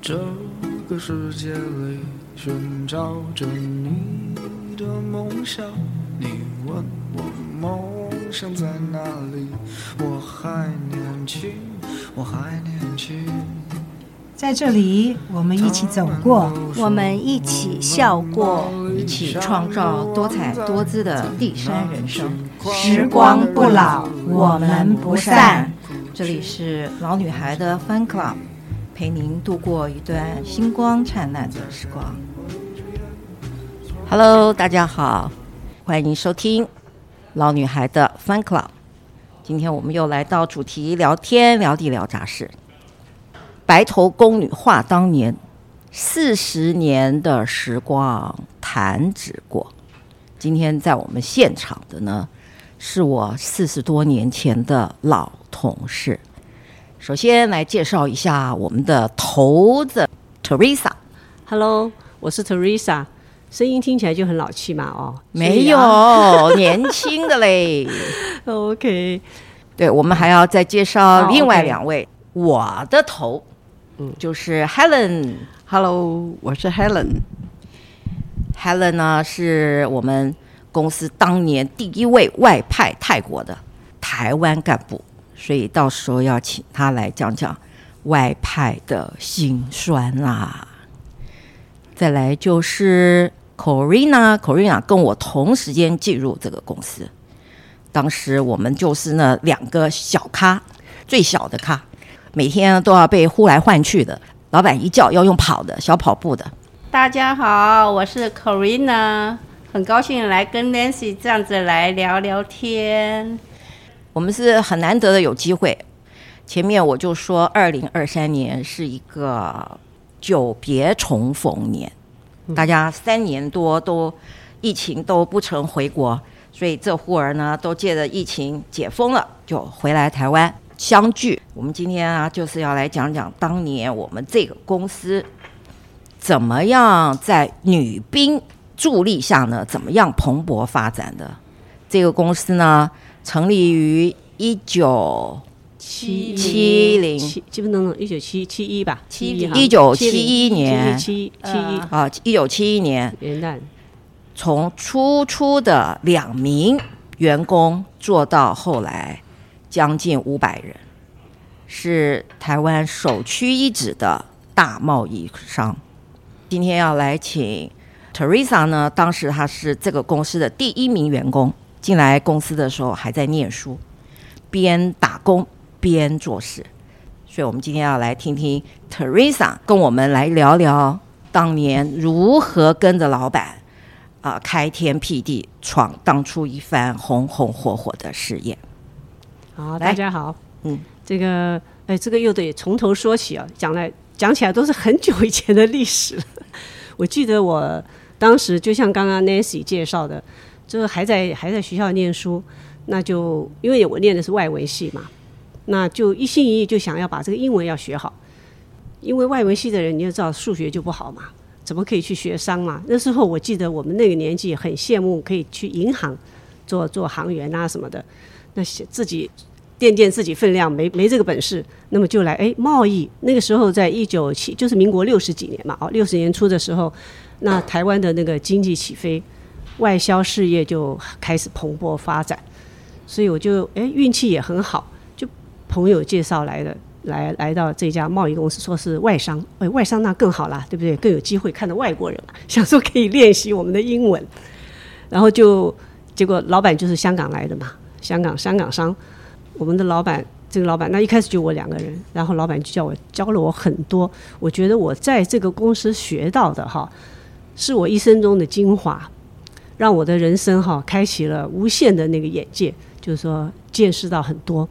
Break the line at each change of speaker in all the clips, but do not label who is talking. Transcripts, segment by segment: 这个世界里寻找着你的梦想，你问我梦想在哪里？我还年轻，我还年轻。
在这里，我们一起走过，
我们一起笑过，
一起创造多彩多姿的第三人生。
时光不老，我们不散。
这里是老女孩的 Fun Club，陪您度过一段星光灿烂的时光。
Hello，大家好，欢迎收听老女孩的 Fun Club。今天我们又来到主题聊天聊地聊杂事。白头宫女话当年，四十年的时光弹指过。今天在我们现场的呢，是我四十多年前的老同事。首先来介绍一下我们的头子 Teresa，
Hello，我是 Teresa，声音听起来就很老气嘛，哦，
没有、年轻的嘞。
，OK，
对，我们还要再介绍
哦
另外
OK
两位。我的头，嗯，就是 Helen。
Hello，我是 Helen。
Helen 呢是我们公司当年第一位外派泰国的台湾干部，所以到时候要请她来讲讲外派的辛酸啦。再来就是 Corina，Corina 跟我同时间进入这个公司，当时我们就是那两个小咖，最小的咖，每天都要被呼来唤去的，老板一叫要用跑的小跑步的，
大家好，我是 Corina，很高兴来跟 Nancy 这样子来聊聊天。
我们是很难得的有机会。前面我就说，二零二三年是一个久别重逢年，大家三年多都疫情都不曾回国，所以这忽儿呢都借着疫情解封了，就回来台湾相聚。我们今天啊，就是要来讲讲当年我们这个公司怎么样在女兵助力下呢，怎么样蓬勃发展的。这个公司呢，成立于一九
七
七零
七，基本等等，一九七七一吧，
七
一
一九七一年
七七一
呃
啊，一九七一年，
元旦，
从初出的两名员工做到后来将近五百人，是台湾首屈一指的大贸易商。今天要来请 Teresa 呢，当时她是这个公司的第一名员工，进来公司的时候还在念书，边打工边做事。所以，我们今天要来听听 Teresa 跟我们来聊聊当年如何跟着老板啊、开天辟地，闯荡出一番红红火火的事业。
好，
来
大家好，
嗯，
这个，哎，这个又得从头说起啊，讲来讲起来都是很久以前的历史了。 我记得我当时就像刚刚 Nancy 介绍的，就是还在还在学校念书，那就因为我念的是外文系嘛，那就一心一意就想要把这个英文要学好，因为外文系的人你就知道数学就不好嘛，怎么可以去学商嘛？那时候我记得我们那个年纪很羡慕可以去银行做做行员啊什么的，那些自己垫垫自己分量，没没这个本事，那么就来哎贸易。那个时候在一九七，就是民国六十几年嘛，哦，六十年初的时候，那台湾的那个经济起飞，外销事业就开始蓬勃发展，所以我就哎运气也很好，就朋友介绍来的。来来到这家贸易公司，说是外商，哎，外商那更好啦，对不对？更有机会看到外国人嘛， 想说可以练习我们的英文，然后就结果老板就是香港来的嘛，香港香港商，我们的老板，这个老板，那一开始就我两个人，然后老板就叫我教了我很多，我觉得我在这个公司学到的哈，是我一生中的精华，让我的人生哈开启了无限的那个眼界，就是说见识到很多。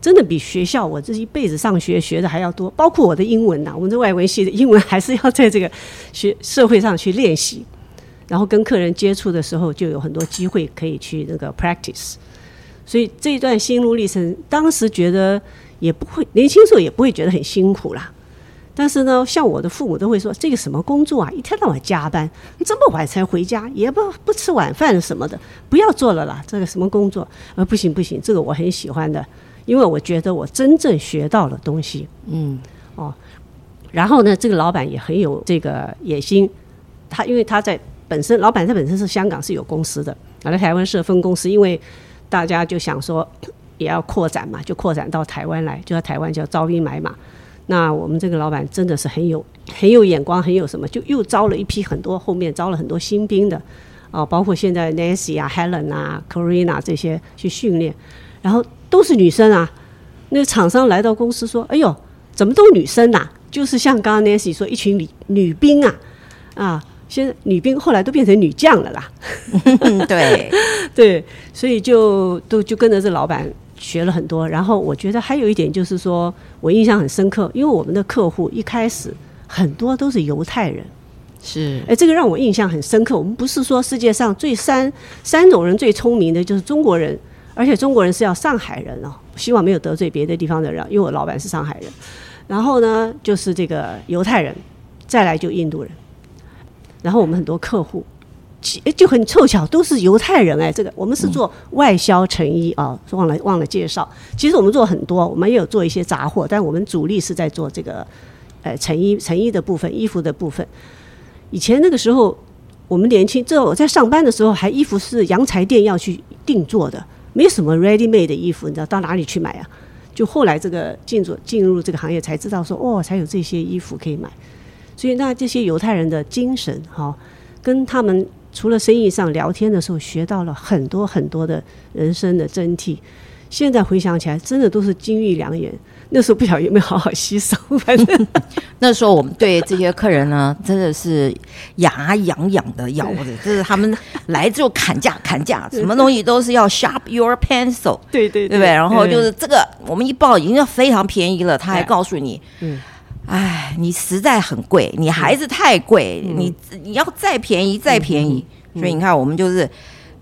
真的比学校我这一辈子上学学的还要多，包括我的英文呐、我们这外文系的英文还是要在这个学社会上去练习，然后跟客人接触的时候就有很多机会可以去那个 practice。所以这一段心路历程，当时觉得也不会，年轻时候也不会觉得很辛苦啦。但是呢，像我的父母都会说，这个什么工作啊，一天到晚加班，这么晚才回家，也不不吃晚饭什么的，不要做了啦。这个什么工作？呃，不行不行，这个我很喜欢的，因为我觉得我真正学到了东西。哦
嗯，
然后呢，这个老板也很有这个野心，他因为他在本身，老板在本身是香港是有公司的，而来台湾设分公司，因为大家就想说 也要扩展嘛，就扩展到台湾来，就在台湾叫招兵买马。那我们这个老板真的是很有很有眼光，很有什么，就又招了一批很多后面招了很多新兵的啊，包括现在 Nancy 啊、Helen 啊、Corina 这些去训练，然后都是女生啊。那个厂商来到公司说：“哎呦，怎么都女生呐、就是像刚刚 Nancy 说，一群女女兵啊，啊，现在女兵后来都变成女将了啦。
嗯 对，
对，所以就都就跟着这老板学了很多。然后我觉得还有一点就是说，我印象很深刻，因为我们的客户一开始很多都是犹太人，
是
哎，这个让我印象很深刻。我们不是说世界上最三三种人最聪明的就是中国人，而且中国人是要上海人哦，希望没有得罪别的地方的人，因为我老板是上海人。然后呢，就是这个犹太人，再来就印度人，然后我们很多客户。其诶就很凑巧，都是犹太人哎，这个我们是做外销成衣啊，忘了忘了介绍。其实我们做很多，我们也有做一些杂货，但我们主力是在做这个呃成衣成衣的部分、衣服的部分。以前那个时候，我们年轻，这我在上班的时候，还衣服是洋裁店要去定做的，没什么 ready made 的衣服，你知道到哪里去买啊？就后来这个进入进入这个行业，才知道说哦，才有这些衣服可以买。所以那这些犹太人的精神哈、跟他们除了生意上聊天的时候，学到了很多很多的人生的真谛。现在回想起来，真的都是金玉良言。那时候不晓得有没有好好吸收，反正
那时候我们对这些客人呢，真的是牙痒痒的咬着，就是他们来就砍价砍价，什么东西都是要 sharp your pencil，
对对嗯
对不对？然后就是这个，我们一报已经要非常便宜了，他还告诉你，
嗯
哎，你实在很贵，你还是太贵，
嗯
你你要再便宜再便宜。所以你看，我们就是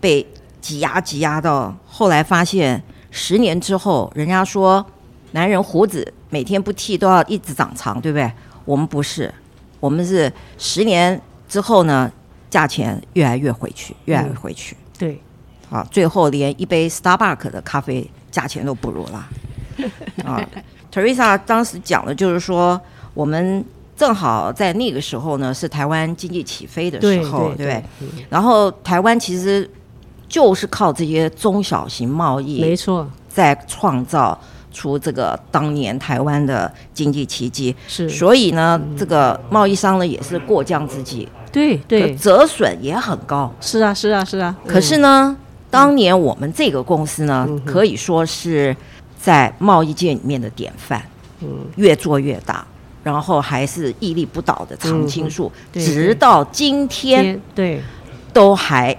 被挤压挤压到后来发现，十年之后，人家说男人胡子每天不剃都要一直长长，对不对？我们不是，我们是十年之后呢，价钱越来越回去，越来越回去。
对。
啊，最后连一杯 Starbucks 的咖啡价钱都不如啦。啊，Teresa 当时讲的就是说，我们正好在那个时候呢，是台湾经济起飞的时
对
候，
对
不对？然后台湾其实就是靠这些中小型贸易
没错，
在创造出这个当年台湾的经济奇迹，
是嗯
所以呢，这个贸易商呢也是过江之鲫，
对对
可，折损也很高。
是啊是啊是啊。
可是呢，当年我们这个公司呢，
嗯
可以说是在贸易界里面的典范，
嗯
越做越大，然后还是屹立不倒的常青树，
嗯对
直到今天
天对，
都还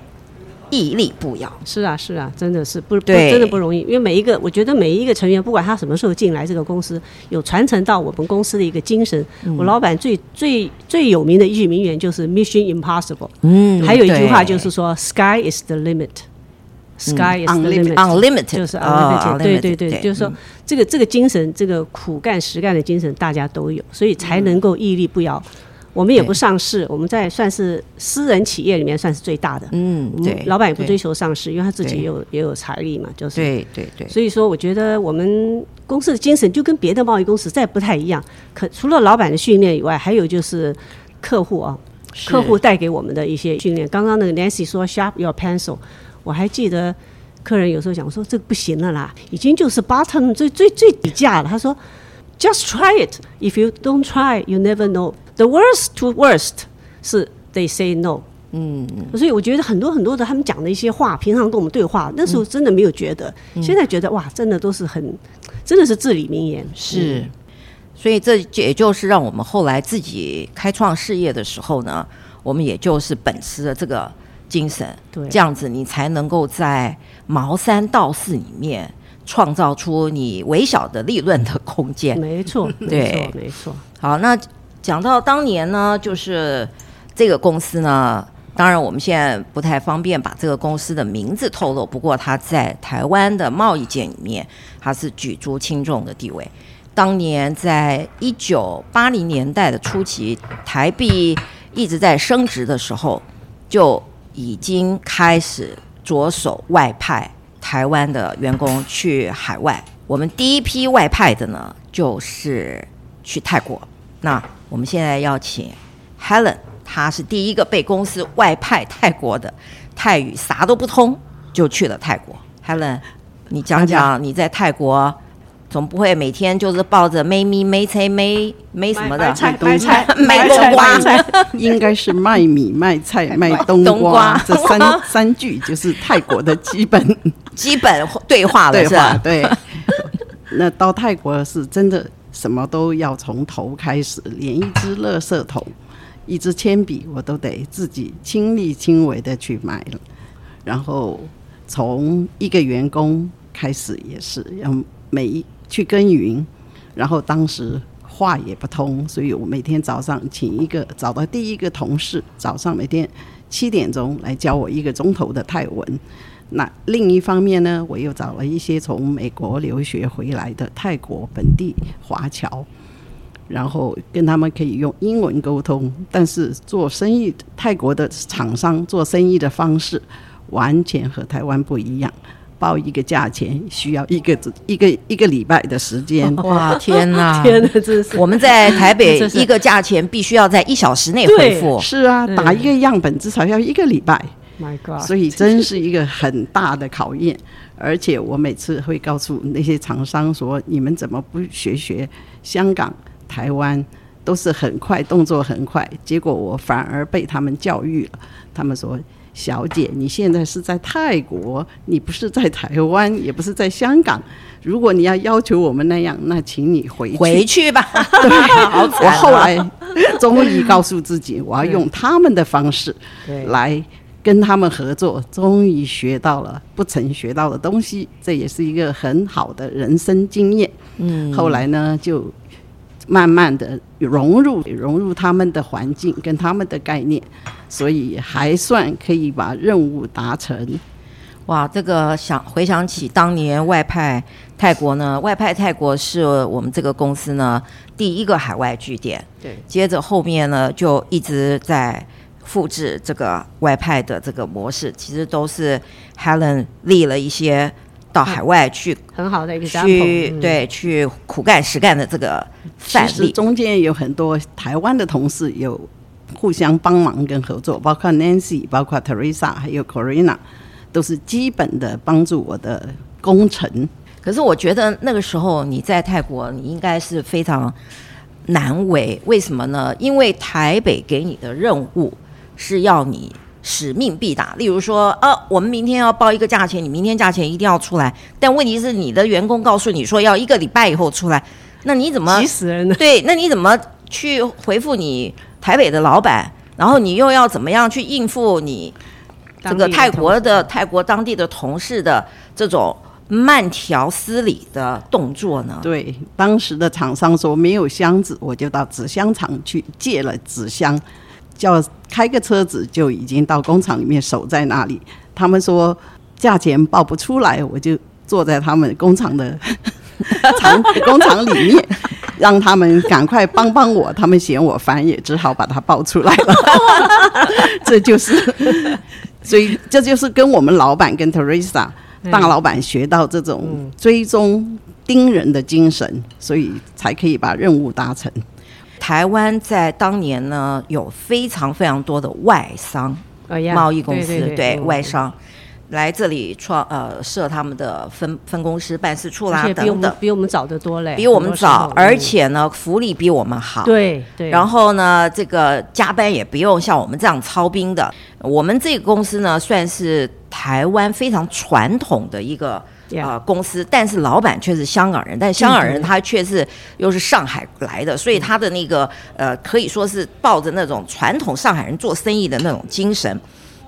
屹立不摇。
是啊是啊，真的是不不
对
真的不容易，因为每一个我觉得每一个成员，不管他什么时候进来这个公司，有传承到我们公司的一个精神。
嗯
我老板最最最有名的一句名言就是 “Mission Impossible”，、
嗯
还有一句话就是说 “Sky is the limit”。Sky is the
嗯
limit，
Unlimited
unlimited，
就是
啊
unlimited，
unlimited，
对对
嗯
对，就是说这个这个精神，这个苦干实干的精神，大家都有，所以才能够屹立不摇。我们也不
嗯对
上市，我们在算是私人企业里面算是最大的，
嗯，
我们
对，
老板也不追
对，
求上市，因为他自己
对
也有也有财力嘛，就是。
对对对，
所以说，我觉得我们公司的精神就跟别的贸易公司再不太一样。可除了老板的训练以外，还有就是客户啊，
是
客户带给我们的一些训练。刚刚那个 Nancy 说 “sharp your pencil”，我还记得客人有时候讲我说这个不行了啦，已经就是 bottom 最最最底价了。他说 “Just try it. If you don't try, you never know. The worst to worst 是 they say no。”所以
嗯
我觉得很多很多的他们讲的一些话，平常跟我们对话，那时候真的没有觉得，
嗯
现在觉得哇，真的都是很，真的是至理名言。
是，所以这就也就是让我们后来自己开创事业的时候呢，我们也就是本持的这个精神，
对
这样子你才能够在茅山道士里面创造出你微小的利润的空间。
没错，没
对
错，没错，
好，那讲到当年呢，就是这个公司呢，当然我们现在不太方便把这个公司的名字透露，不过它在台湾的贸易界里面，它是举足轻重的地位。当年在一九八零年代的初期，台币一直在升值的时候，就已经开始着手外派台湾的员工去海外。我们第一批外派的呢，就是去泰国。那我们现在要请 Helen，她是第一个被公司外派泰国的，泰语啥都不通，就去了泰国。Helen，你讲讲你在泰国，总不会每天就是抱着妹咪、妹菜、妹妹什么的
买菜买菜
买冬瓜
卖菜，应该是卖米、卖菜、卖冬
冬瓜
这三三句就是泰国的基本
基本对话了，
对
是
话。
吧？
对， 那到泰国是真的什么都要从头开始，连一只垃圾桶、一支铅笔我都得自己亲力亲为的去买了。然后从一个员工开始也是要每一去耕耘，然后当时话也不通，所以我每天早上请一个找到第一个同事，早上每天七点钟来教我一个钟头的泰文。那另一方面呢，我又找了一些从美国留学回来的泰国本地华侨，然后跟他们可以用英文沟通，但是做生意，泰国的厂商做生意的方式完全和台湾不一样。报一个价钱需要一个一个一个礼拜的时间，
哇，天哪！
天哪，真是
啊我们在台 北
这是
一个价钱必须要在一小时内回复，
是啊，
嗯
打一个样本至少要一个礼拜，
My God！
所以真是一个很大的考验。而且我每次会告诉那些厂商说：“你们怎么不学学香港、台湾？”都是很快，动作很快，结果我反而被他们教育了。他们说：“小姐，你现在是在泰国，你不是在台湾，也不是在香港。如果你要要求我们那样，那请你回去。”
回去吧。好惨
我
啊
后来终于告诉自己，我要用他们的方式来跟他们合作，终于学到了不曾学到的东西，这也是一个很好的人生经验。嗯，后来呢，就慢慢的融入融入他们的环境跟他们的概念，所以还算可以把任务达成。
哇，这个想回想起当年外派泰国呢，外派泰国是我们这个公司呢第一个海外据点。
对，
接着后面呢就一直在复制这个外派的这个模式，其实都是 Helen 立了一些到海外去、
很好的一个 example，
去、
嗯
对去苦干实干的这个
其
范
实
例。
中间有很多台湾的同事有互相帮忙跟合作，包括 Nancy，包括 Teresa，还有 Corina，都是基本的帮助我的工程。
可是我觉得那个时候你在泰国，你应该是非常难为，为什么呢？因为台北给你的任务是要你使命必达，例如说，呃，我们明天要报一个价钱，你明天价钱一定要出来，但问题是你的员工告诉你说要一个礼拜以后出来，那你怎么
急死人了。
对，那你怎么去回复你台北的老板？然后你又要怎么样去应付你这个
当地的
泰国的泰国当地的同事的这种慢条斯理的动作呢？
对，当时的厂商说没有箱子，我就到纸箱厂去借了纸箱，叫开个车子就已经到工厂里面守在那里。他们说价钱报不出来，我就坐在他们工厂的 厂工厂里面，让他们赶快帮帮我。他们嫌我烦，也只好把它报出来了。 这就是，所以这就是跟我们老板跟 Teresa 大老板学到这种追踪盯人的精神，所以才可以把任务达成。
台湾在当年呢有非常非常多的外商
哎呀
贸易公司，
对对对嗯
外商。来这里创呃设他们的分分公司办事处啦
而且比我
等等
们，比我们早得多嘞，
比我们
很多时候
早，而且呢福利比我们好
嗯。对对，
然后呢，这个加班也不用像我们这样操兵的。我们这个公司呢，算是台湾非常传统的一个
Yeah 嗯
呃公司，但是老板却是香港人，但香港人他却是又是上海来的，所以他的那个呃，可以说是抱着那种传统上海人做生意的那种精神。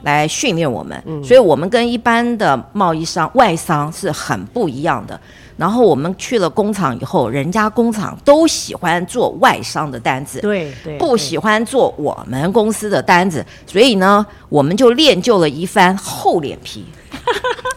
来训练我们，
嗯
所以我们跟一般的贸易商、外商是很不一样的。然后我们去了工厂以后，人家工厂都喜欢做外商的单子，
对对
不喜欢做我们公司的单子，所以呢，我们就练就了一番厚脸皮。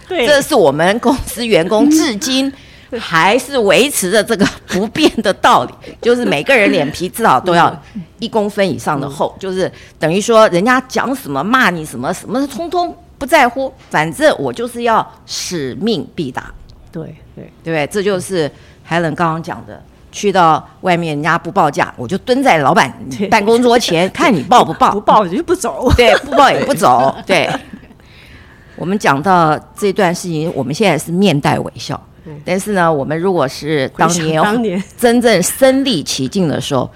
对
这是我们公司员工至今还是维持着这个不变的道理， 就是每个人脸皮至少都要
嗯
一公分以上的厚，就是等于说人家讲什么骂你什么什么，通通不在乎，反正我就是要使命必达。
对对，
对不对？这就是 Helen 刚刚讲的，去到外面人家不报价，我就蹲在老板
对
办公桌 前看你报不报，
不报我就不走。
对，不报也不走，对。我们讲到这段事情，我们现在是面带微笑，但是呢，我们如果是当
回
年
想当年
真正身历其境的时候，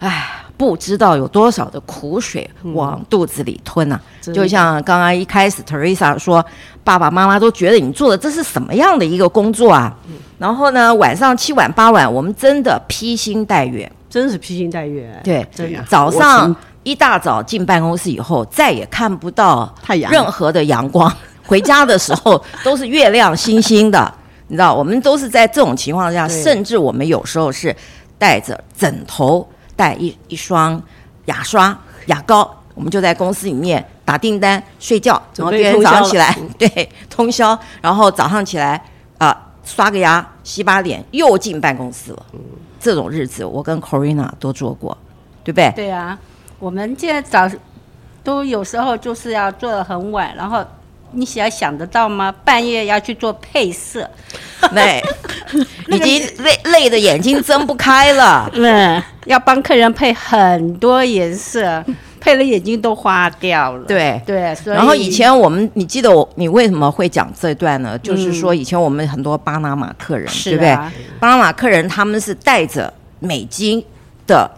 唉，不知道有多少的苦水往肚子里吞呐、
嗯真的
就像刚刚一开始 Teresa 说，爸爸妈妈都觉得你做的这是什么样的一个工作啊？
嗯
然后呢，晚上七晚八晚，我们真的披星戴月，
真是披星戴月。
对，
真的
早
我
上
从
一大早进办公室以后，再也看不到
太阳
任何的阳光。 回家的时候都是月亮、星星的，你知道，我们都是在这种情况下，
对
甚至我们有时候是带着枕头，带一一双牙刷、牙膏，我们就在公司里面打订单、睡觉，然后
准
第
备
二天早上
通宵
起 来，对，通宵，然后早上起来啊、刷个牙、洗把脸，又进办公室了。这种日子，我跟 Corina 都做过，对不对？
对啊，我们现在早都有时候就是要做的很晚，然后你想想得到吗？半夜要去做配色，
对，已经累累的眼睛睁不开了。
嗯，要帮客人配很多颜 色，配了眼睛都花掉了。
对
对，所以
然后以前我们，你记得我，你为什么会讲这段呢？就是说以前我们很多巴拿马客人，
嗯是
对不对
啊？
巴拿马客人他们是带着美金的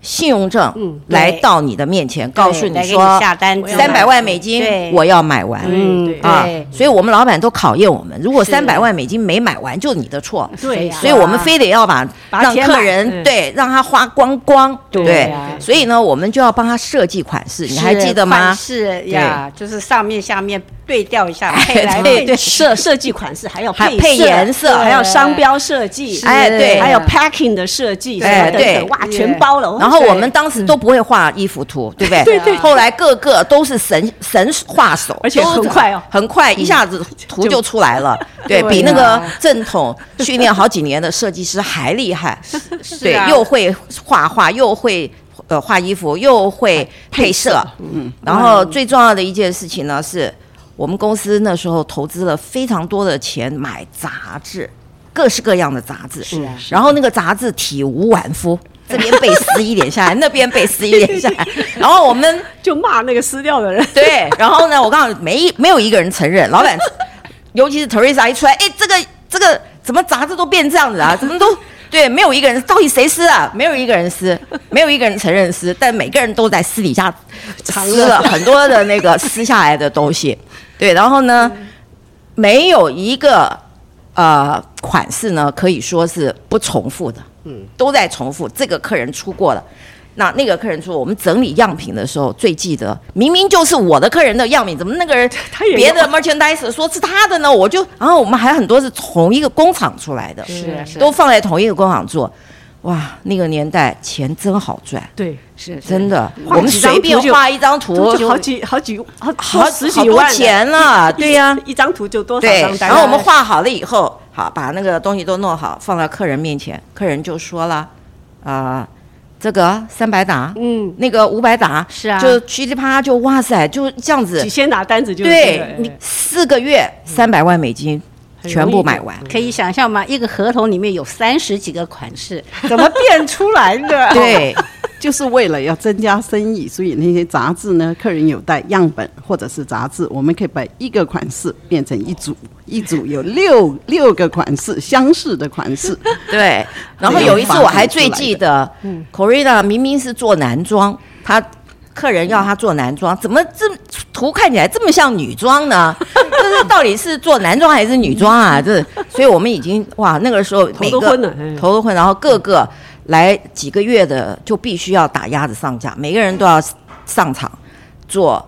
信用证
嗯
来
对
到你的面前，告诉
对来
你
给
说
下单子
三百万美金
对
我要买完。
嗯
对
啊
对，
所以我们老板都考验我们，如果
是
三百万美金没买完，就你的错。
对呀
所以我们非得要把
把
让
钱
客
买
人
嗯
对让他花光光，对不
对
对
啊
所以呢，我们就要帮他设计款式，你还记得吗？
是呀，就是上面下面对调一下，配 来
对
配
对
设设计款式还要
还
配
配
色
颜色
还要商标设计，
是
哎对
还有 packing 的设计，什
哎
么等
对
等，哇，全包了。
然后我们当时都不会画衣服图，对不对？对对。后来个个都是神神画手，
而且
都
很快哦
很快一下子图就出来了，对
对
比那个
啊
正统训练好几年的设计师还厉害，对
啊，
又会画画，又会呃画衣服，又会哎配色，嗯。然后最重要的一件事情呢是。我们公司那时候投资了非常多的钱买杂志，各式各样的杂志。是
啊
然后那个杂志体无完肤，这边被撕一点下 来，那边被撕一点下来。然后我们
就骂那个撕掉的人，
对，然后呢，我告诉你，没一没有一个人承认，老板，尤其是 Teresa 一出来，哎，这个这个怎么杂志都变这样子啊？怎么都对，没有一个人，到底谁撕啊？没有一个人撕，没有一个人承认撕，但每个人都在私底下撕了很多的那个撕下来的东西。对，然后呢，没有一个呃款式呢，可以说是不重复的，嗯，都在重复。这个客人出过了，那那个客人说，我们整理样品的时候最记得，明明就是我的客人的样品，怎么那个人
他也有
别的 merchandiser 说是他的呢？我就，然后我们还很多是同一个工厂出来的，
是啊是啊
都放在同一个工厂做。哇，那个年代钱真好赚，
对，
是是
真的，
画
我们
几张
随便
图就
画一张图
就就好几好几好
好
十
好
几
多
万呢
钱了，对呀、
一张图就多少
对
张，单？
然后我们画好了以后，好把那个东西都弄好，放到客人面前，客人就说了，啊、这个三百打，
嗯，
那个五百打，
是啊
就噼里啪啦就哇塞，就这样子
几，千拿单子就
对你四个月三百万美金
很
全
容
部
易
买
的
完，
可以想象吗？一个合同里面有三十几个款式，
怎么变出来的？
对，
就是为了要增加生意，所以那些杂志呢，客人有带样本或者是杂志，我们可以把一个款式变成一组，一组有六六个款式相似的款式，
对，然后有一次我还最记得，Corina
嗯
明明是做男装，她客人要她做男装，怎么这图看起来这么像女装呢？ 就是到底是做男装还是女装 啊？这，所以我们已经哇，那个时候每
都
个
昏了哎
头都昏，然后各个来几个月的就必须要打鸭子上架，每个人都要上场做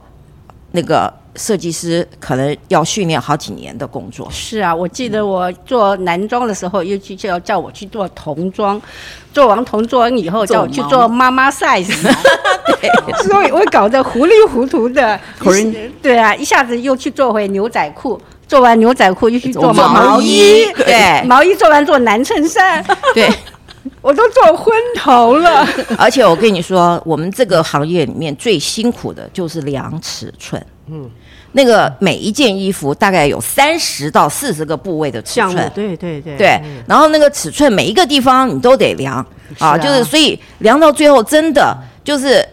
那个设计师，可能要训练好几年的工 作。
是啊，我记
嗯
得我做男装的时候，又去叫叫我去做童装，做完童装以后，叫我去做妈妈 size，所以我搞得糊里糊涂的。
Corinne
对啊，一下子又去做回牛仔裤，做完牛仔裤又去做
做
毛
毛衣， 对
毛衣做完做男衬衫，
对，
我都做昏头了。
而且我跟你说，我们这个行业里面最辛苦的就是量尺寸。嗯，那个每一件衣服大概有三十到四十个部位的尺
项目
寸，
对对对嗯
对，然后那个尺寸每一个地方你都得量啊
是啊
就是所以量到最后真的就是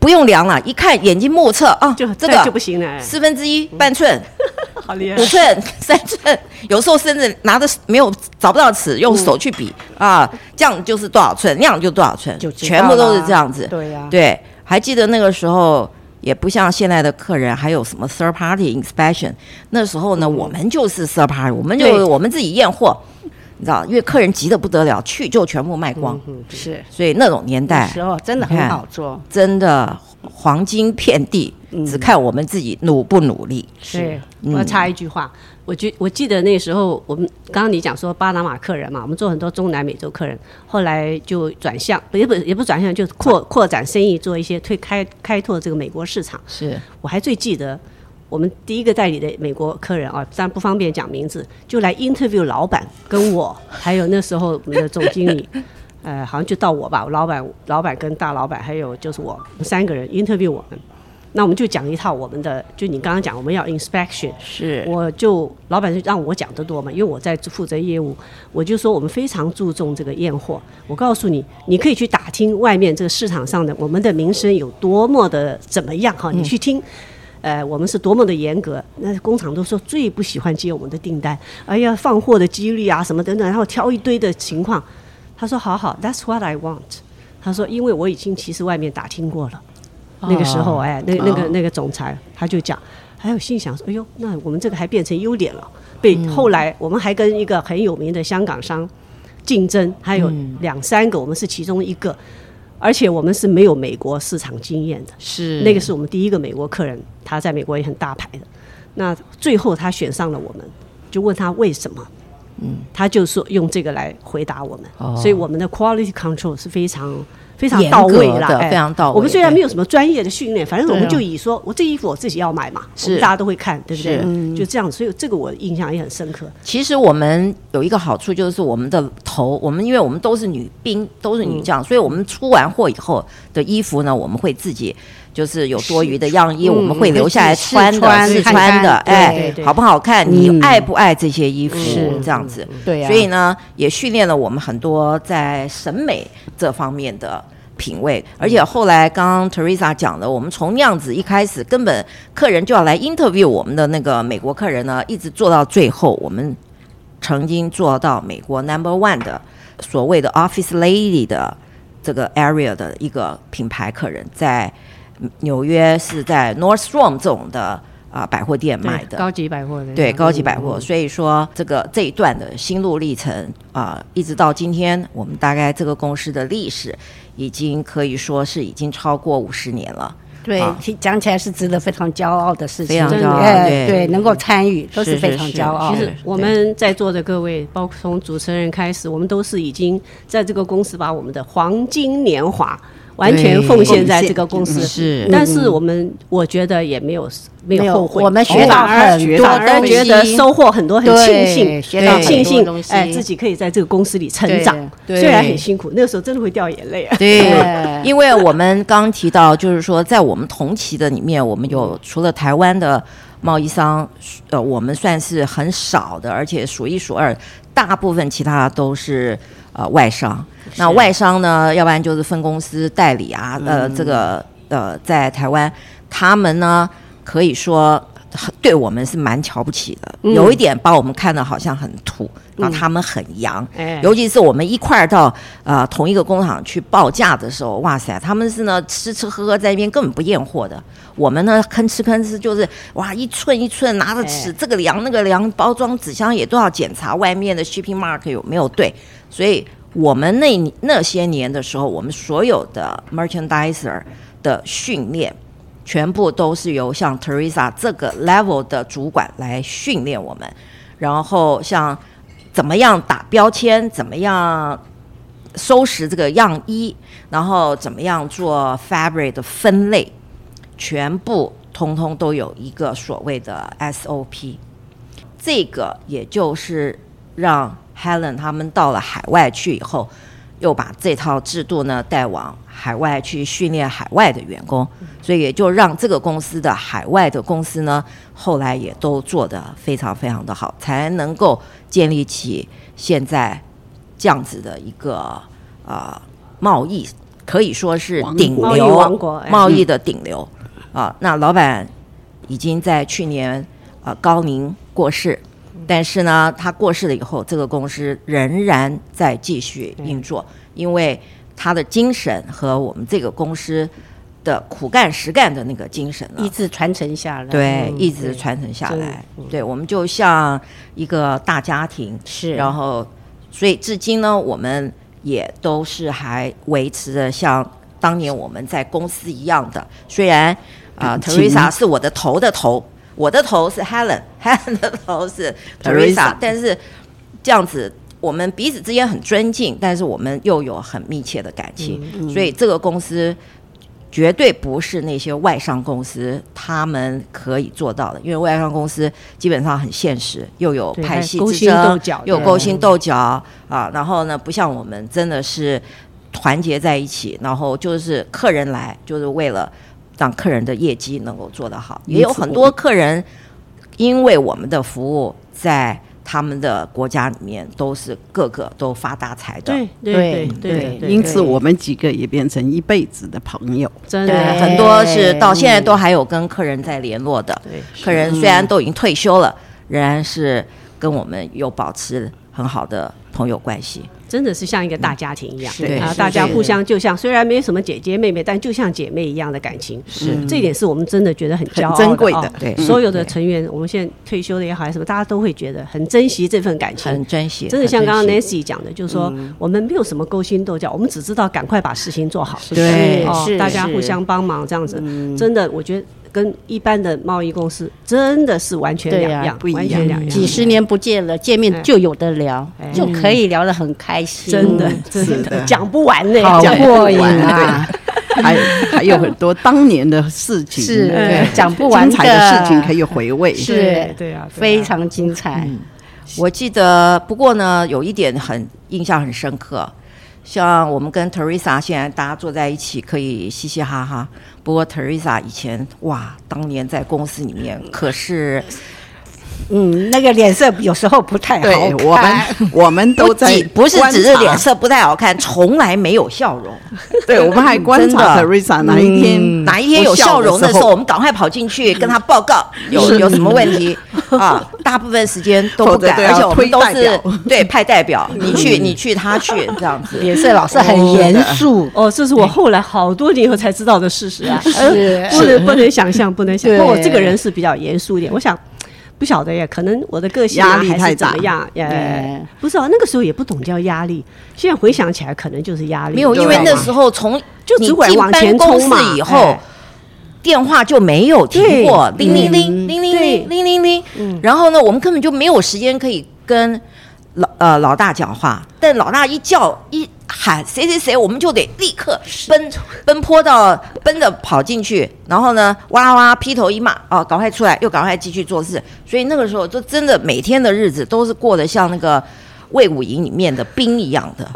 不用量了，一看眼睛目测啊，
就
这
再
个
就不行嗯了哎
四分之一半寸、
好厉
五寸、 三寸，有时候甚至拿着没有找不到尺，
嗯
用手去比、啊，这样就是多少寸，那样就多少寸
就，知 道
全部都是
啦
这样子。
对
啊
呀
对，还记得那个时候。也不像现在的客人，还有什么 third party inspection。那时候呢，我们就是 third party，我们
嗯对
就我们自己验货，你知道，因为客人急得不得了，去就全部卖光，
嗯
是，
所以那种年
那
代
时候真的
你
很
看
好做，嗯
真的黄金遍地，只看我们自己努不努力。
是，我要插一句话，我记我记得那时候我们刚刚你讲说巴拿马客人嘛，我们做很多中南美洲客人，后来就转向，不也不也不转向，就扩扩展生意，做一些推开开拓这个美国市场。
是
我还最记得我们第一个代理的美国客人啊，但不方便讲名字，就来 interview 老板跟我，还有那时候我们的总经理， 呃，好像就到我吧，老板、老板跟大老板，还有就是我，我们三个人 interview 我们。那我们就讲一套我们的，就你刚刚讲我们要 inspection，
是
我就老板就让我讲得多嘛，因为我在负责业务，我就说我们非常注重这个验货。我告诉你，你可以去打听外面这个市场上的我们的名声有多么的怎么样哈，你去听。呃，我们是多么的严格，那工厂都说最不喜欢接我们的订单，哎呀，放货的几率啊，什么等等，然后挑一堆的情况。他说：“好好，That's what I want。”他说：“因为我已经其实外面打听过了，那个时候哎，那那个那个总裁他就讲，还有心想说，哎呦，那我们这个还变成优点了。被后来我们还跟一个很有名的香港商竞争，还有两三个，我们是其中一个，而且我们是没有美国市场经验的。”
是
那个是我们第一个美国客人，他在美国也很大牌的。那最后他选上了我们，就问他为什么，嗯，他就说用这个来回答我们，
哦
所以我们的 quality control 是非常。非常
严
到
格
位啦，
的
哎
非常到位
我们虽然
对
没有什么专业的训练，反正我们
对啊
就以说我这衣服我自己要买嘛，
是
我们大家都会看，对不对
是？
就这样，所以这个我印象也很深刻。
其实我们有一个好处，就是我们的头，我们因为我们都是女兵，都是女将，所以我们出完货以后的衣服呢，我们会自己就是有多余的样衣，我们会留下来穿
试穿
的，试
看
穿的，
看
哎，
对对对
好不好看？你爱不爱这些衣服？
是
这样子，
对
所以呢，也训练了我们很多在审美这方面的。品味，而且后来刚刚 Teresa 讲的，我们从那样子一开始，根本客人就要来 interview 我们的那个美国客人呢，一直做到最后，我们曾经做到美国 number one 的所谓的 office lady 的这个 area 的一个品牌客人，在纽约是在 Nordstrom 这种的啊、百货店买的，
级百货的
对高级百货，所以说这个这一段的心路历程啊、一直到今天，我们大概这个公司的历史已经可以说是已经超过五十年了。
对
啊，
提讲起来是值得非常骄傲的事情，
非常
骄傲
哎
对
对，能够参与都
是
是非常
是
骄傲
其
的。
实
对
我们在座的各位，包括从主持人开始，我们都是已经在这个公司把我们的黄金年华完全奉献在这个公
嗯
司。
是
但是我们我觉得也没有没
没
有
有
后悔，
我们学到
反而
很多
反而
东
觉得
西
收获很多，很
对
庆幸，
学到
很庆
很多
幸
东，西
哎，自己可以在这个公司里成长，
对
虽然很辛苦，那个时候真的会掉眼泪啊。
对
对，
因为我们刚提到，就是说在我们同期的里面，我们有除了台湾的贸易商，呃，我们算是很少的，而且数一数二，大部分其他都是呃外商。那外商呢，要不然就是分公司代理啊，呃，这个呃，在台湾，他们呢可以说。对我们是蛮瞧不起的，有一点把我们看得好像很土，那、他们很洋，
哎
尤其是我们一块儿到呃同一个工厂去报价的时候，哇塞，他们是呢吃吃喝喝在那边根本不验货的，我们呢吭哧吭哧就是哇一寸一寸拿着尺，这个量那个量，包装纸箱也都要检查外面的 shipping mark 有没有对，所以我们那那些年的时候，我们所有的 merchandiser 的训练。全部都是由像 Teresa 这个 level 的主管来训练我们，然后像怎么样打标签，怎么样收拾这个样衣，然后怎么样做 fabric 的分类，全部通通都有一个所谓的 SOP。这个也就是让 Helen 他们到了海外去以后，又把这套制度呢带往海外去训练海外的员工，所以也就让这个公司的海外的公司呢，后来也都做得非常非常的好，才能够建立起现在这样子的一个呃贸易，可以说是
王
顶
国
流
贸易王国哎
贸易的顶流啊。那老板已经在去年呃高龄过世，但是呢，他过世了以后，这个公司仍然在继续运作，因为他的精神和我们这个公司的苦干实干的那个精神呢
一，直传承下来。嗯
对，一直传承下来。对，我们就像一个大家庭，
是
然后，所以至今呢，我们也都是还维持着像当年我们在公司一样的。虽然啊、呃、
感情
，Teresa 是我的头的头，我的头是 Helen，Helen 的头是
Teresa
Teresa，但是这样子。我们彼此之间很尊敬，但是我们又有很密切的感情，所以这个公司绝对不是那些外商公司他们可以做到的，因为外商公司基本上很现实，又有
对
派系
还有勾
之
心斗
争
角的，
又有勾心斗角啊。然后呢，不像我们真的是团结在一起，然后就是客人来就是为了让客人的业绩能够做得好，也有很多客人因为我们的服务在。他们的国家里面都是个个都发大财的，
对
对
对对
对
对，
因此我们几个也变成一辈子的朋友。
真
对，
的
很多是到现在都还有跟客人在联络的。
对
客人虽然都已经退休了，仍然是跟我们有保持很好的朋友关系。
真的是像一个大家庭一样，
是对
啊，
是
大家
是
互相就像虽然没什么姐姐妹妹，但就像姐妹一样的感情，嗯
是
这一点是我们真的觉得很骄傲
很珍贵的
啊
对
所有的
对
成员，我们现在退休的也好，还是什么，大家都会觉得很珍惜这份感情
很。珍惜，
真的像刚刚
很珍惜
Nancy 讲的，就是说我们没有什么勾心斗角，我们只知道赶快把事情做好，
对
哦
是
大家互
是
相帮忙这样子，真的，我觉得跟一般的贸易公司真的是完全
对啊
两
呀
样，
不一
完全
样
两样，哎
几十年不见了，见面就有的聊，就可以聊得很开心，
真的真
是
的
的
讲不完呢，
嗯好
讲不
过瘾
完。
啊！
还还有很多当年的事情，
是
嗯
哎
对
讲不完的
精彩的事情可以嗯回味。
是
对对啊，对啊
非常精彩。
我记得，不过呢，有一点很印象很深刻，像我们跟 Teresa 现在大家坐在一起可以嘻嘻哈哈，不过 Teresa 以前哇，当年在公司里面可是
嗯，那个脸色有时候不太
对
好看。
我们我们都
不
在
仅不是只是
观察
脸，色不太好看，从来没有笑容。
对我们还观察
真
Teresa 哪一天
哪一天有笑容
嗯的
的时候，我，们赶快跑进去跟他报告有有什么问题啊！大部分时间都不敢，
否则都要
而且我们都
推代
是
表
对派代表，你去你去他去这样子。
脸色老是很严肃，
哦，这是我后来好多年以后才知道的事实啊，
是
不能不能想象，不能想
对
象。不过我这个人是比较严肃一点，我想。不晓得呀，可能我的个性啊
压力
还
太
是怎么
大
样？呃
对，
不知道那个时候也不懂叫压力，现在回想起来可能就是压力。
没有，因为那时候从
就
你
只管
进
往
办
前
公
冲
室
嘛
以后
哎，
电话就没有停
对嗯
过，铃铃铃铃铃铃铃铃铃。然后呢，我们根本就没有时间可以跟老呃老大讲话，但老大一叫一喊谁谁谁，我们就得立刻奔奔波到奔着跑进去，然后呢哇啦哇啦劈头一骂哦，赶快出来，又赶快继续做事。所以那个时候就真的每天的日子都是过得像那个魏武营里面的兵一样的，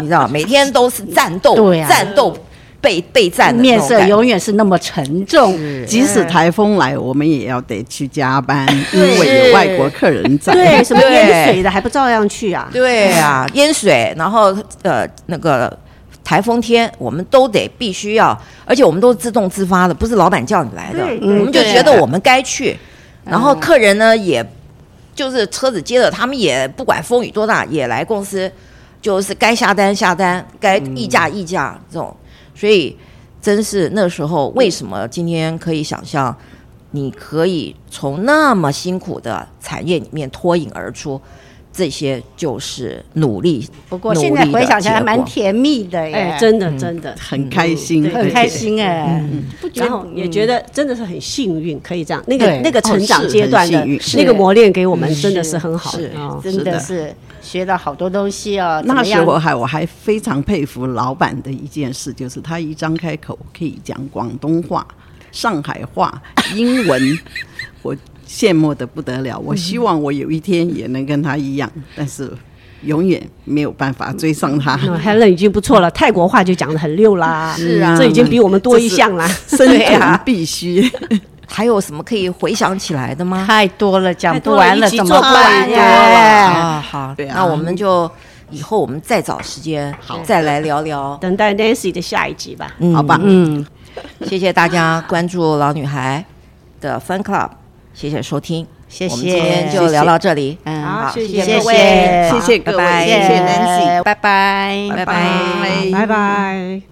你知 道，每天都是战斗，
对啊
战斗备备战的那
面
种
色
感觉
永远是那么沉重。
即使台风来，我们也要得去加班，因为有外国客人 在。
对什么
对
淹水的还不照样去啊？
对啊，淹水，然后呃那个台风天，我们都得必须要，而且我们都是自动自发的，不是老板叫你来的，
对
我们就
嗯对
觉得我们该去，然后客人呢也就是车子接了，他们也不管风雨多大，也来公司，就是该下单下单，该议价议价这种，所以真是那时候为什么今天可以想象。你可以从那么辛苦的产业里面脱颖而出，这些就是努力。
不过现在回想起来还蛮
努力的结果
甜蜜的耶，
哎，真的真的，
很开心，
嗯对
很开心哎，
嗯
不觉
然后
得
也觉得真的是很幸运，可以这样。那个
对
那个成
哦
长
是
阶段的
很幸
那
运
个
是
磨练给我们真的是很好的啊。
真的是学到好多东西哦。怎
那
么
时
样
候还我还非常佩服老板的一件事，就是他一张 开口可以讲广东话、上海话、英文，我羡慕的不得了。我希望我有一天也能跟他一样，但是永远没有办法追上他。
那嗯 Helen 已经不错了，泰国话就讲得很溜啦，
嗯是啊
嗯这已经比我们多一项 啦。
生
对啊
存必须。
还有什么可以回想起来的吗？
太多了，讲不完
太多了一
了，
集
怎
做
么
不完
办
呀
呀？
啊，好，
对啊
那我们就以后我们再找时间再来聊聊。
等待 Nancy 的下一集吧。
嗯
好吧
嗯，谢谢大家关注老女孩的 Fan Club，谢谢收听，
谢谢
我们今天就聊到这里，
嗯
好
好，
谢
谢
谢
各位，
谢谢各位
拜拜
谢谢 Nancy
拜拜，
拜拜
拜拜。